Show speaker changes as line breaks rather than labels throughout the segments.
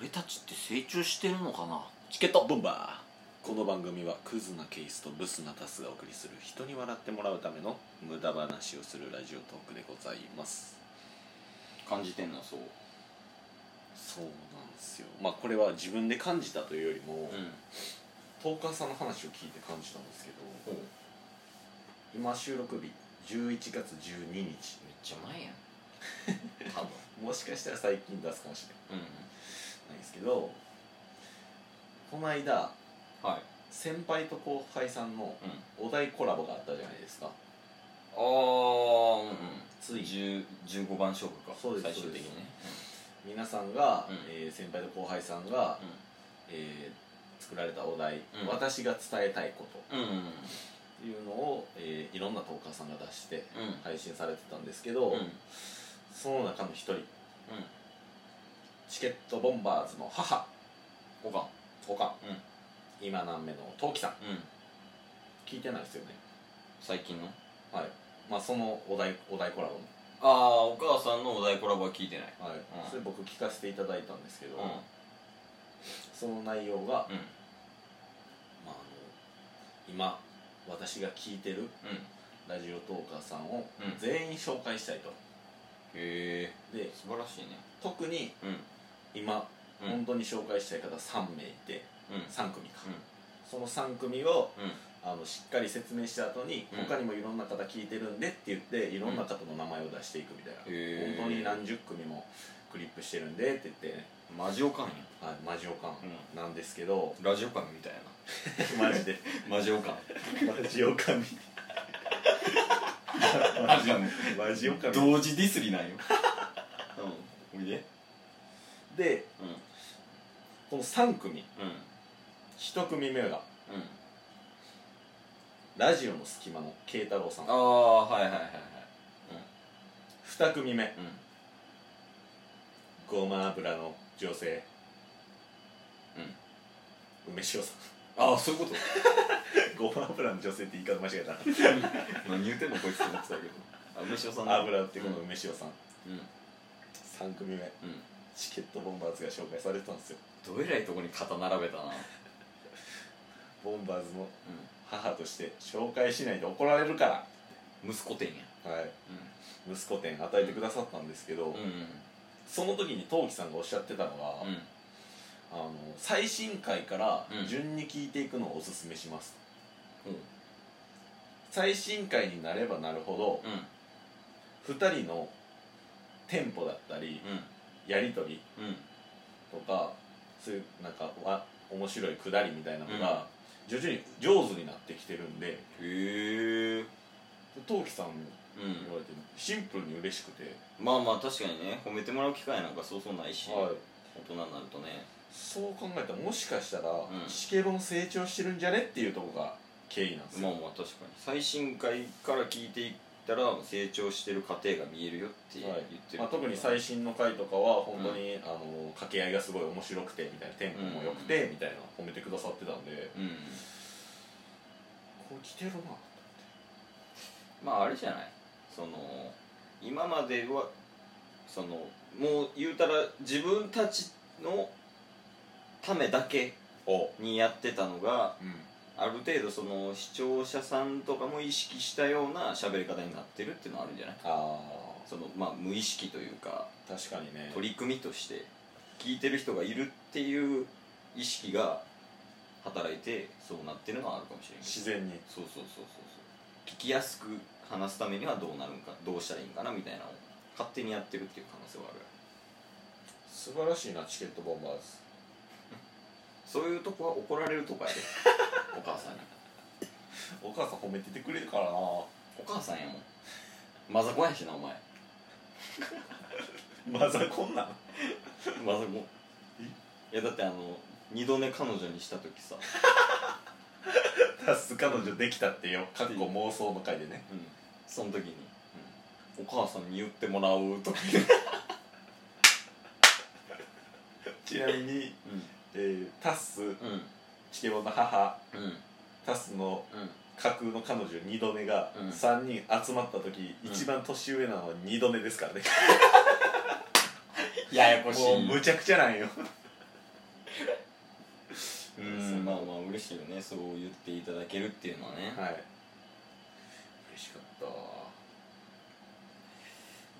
俺たちって成長してるのかな
チケットボンバーこの番組はクズなケースとブスなタスがお送りする人に笑ってもらうための無駄話をするラジオトークでございます
感じてんのそう
そうなんですよまあこれは自分で感じたというよりも、
うん
トーカーさんの話を聞いて感じたんですけど
めっ
今収録日11月12日
ちゃ前やん 多分
もしかしたら最近出すかもしれ
うん
ないですけどこの間
はい
先輩と後輩さんの
うん
お題コラボがあったじゃないですか
ああうんうん
つい
10 15番勝負か
そうです
最終的にね
皆さんが、
うん
えー先輩と後輩さんが、えー作られたお題、
うん
私が伝えたいこと
うんうんうん
っていうのを、えーいろんなトーカーさんが出して
うん
配信されてたんですけど、
うんうん
その中の一人チケットボンバーズの母
おかん
おかん、
うん
今何目のトウキさん
うん
聞いてないですよね
最近の
はいまあそのお題お題コラボ
ああお母さんのお題コラボは聞いてない
の、はい
ん
それ僕聞かせていただいたんですけど、
うんうん
その内容が、まあ、あの今私が聞いてる
うん
ラジオトーカーさんを
うん
全員紹介したいと、
へ
で
え素晴らしいね
特に
うん
今、
うん
本当に紹介したい方3名いて
うんうん
3組か、その3組を
うん
あのしっかり説明した後に、
うん
他にもいろんな方聞いてるんでって言っていろんな方の名前を出していくみたいな、
へー
本当に何十組もクリップしてるんでって言って、ね、
マジオカンや
あマジオカ
う
ンなんですけど
ラジオカンみたいな
マジで
マジオカン
マジオ カミ
マジオ
マジオカミ
同時ディスりなんようんおいで
で
うん
この3組
うん
1組目が
うん
ラジオの隙間の慶太郎さん
ああはいはいはいはい
2組目
うん
ごま油の女性
うん
梅塩さん
ああそういうこと
ごま油の女性って言い方間違えた
何言うてんのこいつって思ってたけどあ梅塩さ んだ
油ってこの
うん
梅塩さん、
うん
三3組目
うん
チケットボンバーズが紹介されてたんですよ
どえらいとこに肩並べたな
ボンバーズの
う
母として紹介しないと怒られるか
ん息子店や
ら、はい、
う
息子店与えてくださったんですけど、
んうん
その時に陶器さんがおっしゃってたのが、
うん
あの最新回から
うん
順に聞いていくのをおすすめします、
うん
最新回になればなるほど、
うん
二2人のテンポだったりやり取り
うんうん
とかそういうなんかわ面白いくだりみたいなのが、徐々に上手になってきてるんで
へえ
陶器さんに
う
言
ん
われてシンプルに嬉しくて、
まあまあ確かにね褒めてもらう機会なんかそうそうないし
はい
大人になるとね
そう考えたらもしかしたら、
ん
シケボン成長してるんじゃねっていうとこが経緯なんですよ、
まあまあ確かに最新回から聞いていったら成長してる過程が見えるよって言っ
はい
てる、
まあ、特に最新の回とかは本当に、あの掛け合いがすごい面白くてみたいなテンポも良くて、みたいな褒めてくださってたんで
うん
これ来てるな
まああれじゃないその今まではそのもう言うたら自分たちのためだけ
お
にやってたのが
うん
ある程度その視聴者さんとかも意識したような喋り方になってるっていうのはあるんじゃない
あ
そのまあ無意識というか
ー確かにね
取り組みとして聞いてる人がいるっていう意識が働いてそうなってるのはあるかもしれない
自然に
そうそうそうそうそう聞きやすく話すためにはどうなるんかどうしたらいいんかなみたいなのを勝手にやってるっていう可能性はある
素晴らしいなチケットボンバーズ
そういうとこは怒られると かやでお母さんに
お母さん褒めててくれるからな
お母さんやもんマザコンやしなお前
まざこんなん
マザコンいやだってあの二度寝彼女にした時さ、
タス彼女できたってよかっこ妄想の回でね
うん、その時に、うんお母さんに言ってもらうとか言って
ちなみ
う
に、えー、タス
んうん
チケボンの母
うん
タスの
うん
架空の彼女二度寝が
うん
3人集まった時、
うん
一番年上なのは二度寝ですからね、
ややこしい
もうむちゃくちゃなんよけ
う
どですね
んまあまあ嬉しいよねそう言っていただけるっていうのはね、
はい嬉しかった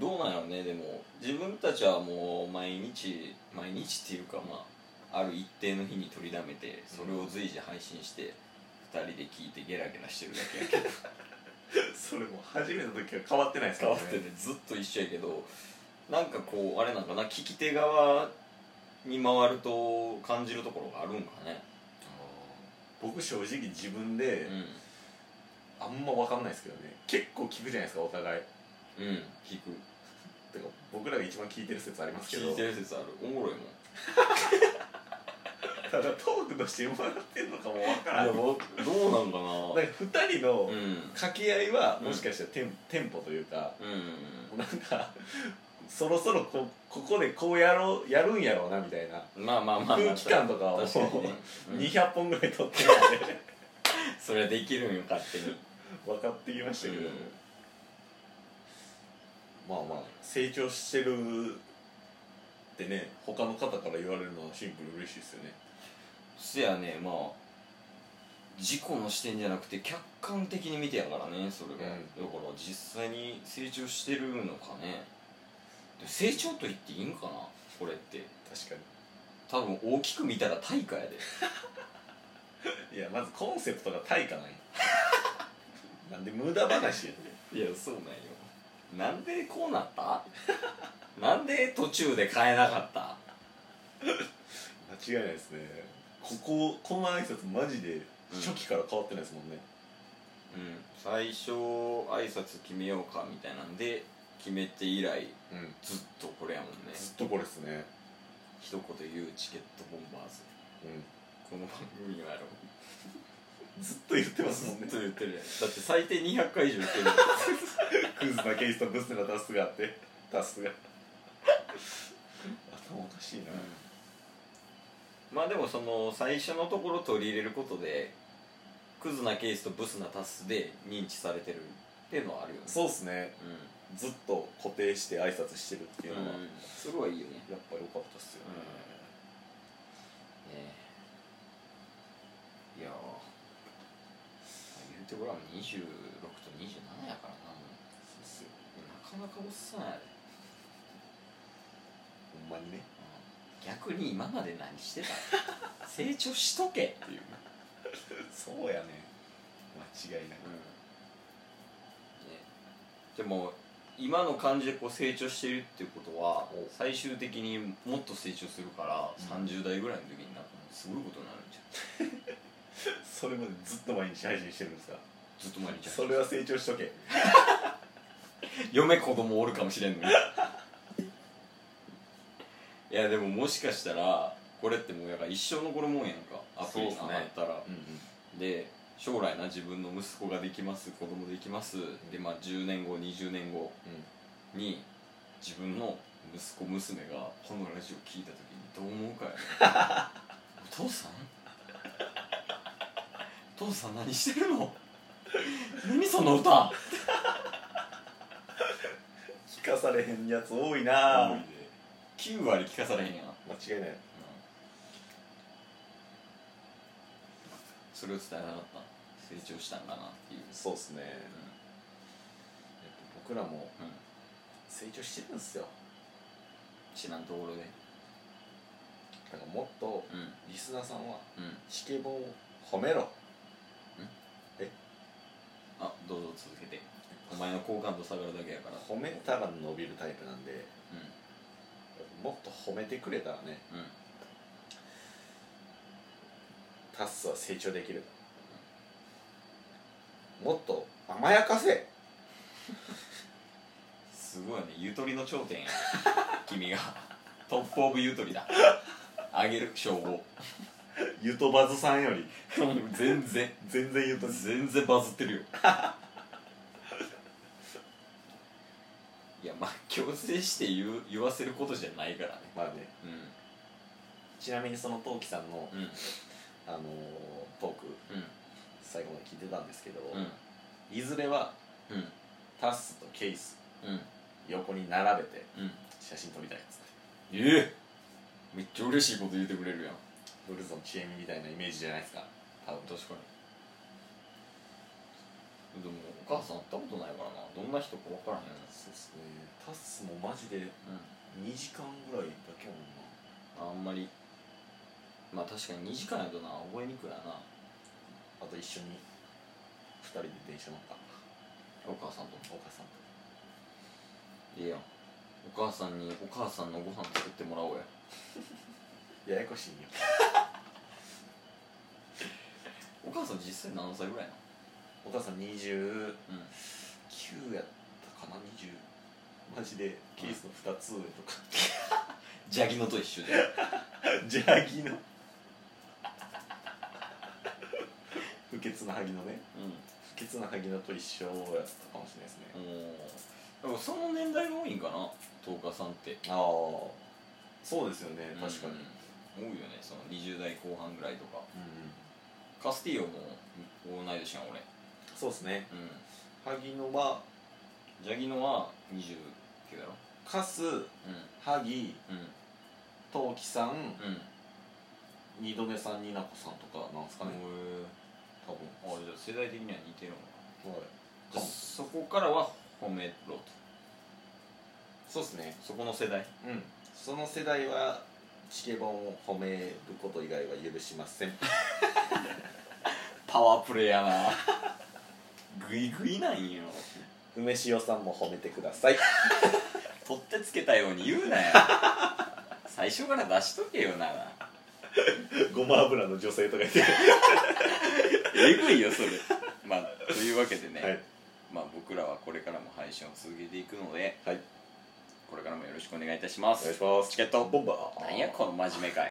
どうなんやろねでも自分たちはもう毎日毎日っていうかまあある一定の日に取りだめてそれを随時配信して2人で聞いてゲラゲラしてるだけやけど
それも初めての時は変わってないですか
変
ら
わ
ね
っててずっと一緒やけどなんかこうあれなんかな聞き手側に回ると感じるところがあるんかね
あー僕正直自分で
う
あんま分かんないですけどね結構聞くじゃないですかお互い
んうん聞く
てか僕らが一番聞いてる説ありますけど
聞いてる説あるおもろいもん
ただトークとして生まれてるのかも分から
いや
んなんか
どうなんか な
2人の
うん
掛け合いは
うん
もしかしたらテン,、テンポというか
う
なんかそろそろこここでこうやろうやるんやろうなみたいなん
まあまあまあ
空気感とかを
確かに ねうん
200本ぐらい撮ってるんで
それはできるんよ勝手に
分かってきましたけど、
うん
まあまあ成長してるってね他の方から言われるのはシンプルに嬉しいですよね
せやねまあ自己の視点じゃなくて客観的に見てやからねそれが、
うん
だから実際に成長してるのかねでも成長と言っていいんかなこれって
確か
多分大きく見たら対価やで
にいやまずコンセプトが対価ない なんで無駄話や
いやそうなんよなんでこうなった なんで途中で変えなかった
間違いないですねこここの挨拶マジで
うん
初期から変わってないですもんね、
うん最初挨拶決めようかみたいなんで決めて以来
うん
ずっとこれやもんね
ずっとこれですね
一言言うチケットボンバーズ
う
この番組はやろうん
ずっと言ってますもん
ず
ね
っと言ってるやんだって最低200回以上言ってる
クズなケースとブスなタスがあってタスが頭おかしいな、
まあでもその最初のところ取り入れることでクズなケースとブスなタスで認知されてるっていうのはあるよね
そうっすね
う
ずっと固定して挨拶してるってい
ん
うのは、やっ
すごいいいよねね
ぱ良かったっすよね、
えいやー言うてごらん26と27やからなもう
そうっすよ
なかなかおっさんやで
ほんまにね
逆に今まで何してた 成長しとけっていう
そうやね間違いなく、
ね、でも今の感じでこう成長してるっていうことは
お
最終的にもっと成長するから
うん
30代ぐらいの時になんかもうすごいことになるんじゃん
それまでずっと毎日配信してるんですか
ずっと毎日
それは成長しとけ
嫁子供おるかもしれんのに いやでももしかしたらこれってもうやから一生残るもんやんかアプリが
そ
あ
うっ
っ
すね
たら
うんうん
で将来な自分の息子ができます子供できますでまあ10年後20年後に自分の息子娘がこのラジオ聞いた時にどう思うかよお 父さんお父さん何してるの何その歌
聞かされへんやつ多いな
多いね9割聞かされへんやん、
間違いない
それを伝えなかった成長したんだなっていう、
そうっすね、やっぱ僕らも
うんうん、
成長してるんですよ
知らんところで
だからもっと
うん
リスナーさんは
うん
シケボンを褒めろ
あどうぞ続けてお前の好感度下がるだけやから
褒めたら伸びるタイプなんで
う
もっと褒めてくれたらね
んうん
タッスは成長できるもっと甘やかせ
すごいねゆとりの頂点や 君がトップオブゆとりだあげる称号
ゆとばずさんより
全然
全然ゆと
全然バズってるよ いやまあ強制して言う言わせることじゃないからね
まあねちなみにそのトウキさんの
う、んうん
あのートーク
う
最後まで聞いてたんですけど、
ん
いずれは
うん
タッスとケイス
うんうん
横に並べて
うん
写真撮りたいっつって
ええめっちゃ嬉しいこと言うてくれるやん
ブルゾンチエミみたいなイメージじゃないですか多分
確かにでもお母さん会ったことないからなどんな人か分からへん
そうですねタッスもマジで2時間ぐらいだけやもん
う
な
んあんまりまあ確かに2時間やとな覚えにくいやな
あと一緒に2人で電車乗った
お母さんと
お母さんと
いいやんお母さんにお母さんのご飯作ってもらおうや
ややこしいんよ
お母さん実際何歳ぐらいな
お母さん29
うん
やったかな20マジでケースの2つ上とか
ジャギのと一緒じゃん
ジャギの 不潔なハギのね
うん
不潔なハギのと一緒やったかもしれないですね
おーでもその年代が多いんかな十日さんって
ああそうですよね確かに
うん多いよねその20代後半ぐらいとか
うん
カスティーヨも同い年やん俺
そうですね
うん
ハギのは
ジャギノは29やろ
カス
う
ハギ
んうん
トウキさん
うん
二度寝さんニナコさんとかなんですかね、
へえ
多分
あじゃあ世代的には似てるのか
か
な
も
そこからは褒めろと
そうですね
そこの世代
うんその世代はチケボンを褒めること以外は許しません
パワープレイやな グイグイなんよ
梅塩さんも褒めてください
取ってつけたように言うな よ最初から出しとけよな
ごま油の女性とか言って
えぐいよそれまあというわけでね、
はい
まあ僕らはこれからも配信を続けていくので
はい
これからもよろしくお願いいたしま
お
す
願いしますチケットボンバー
なんやこの真面目かい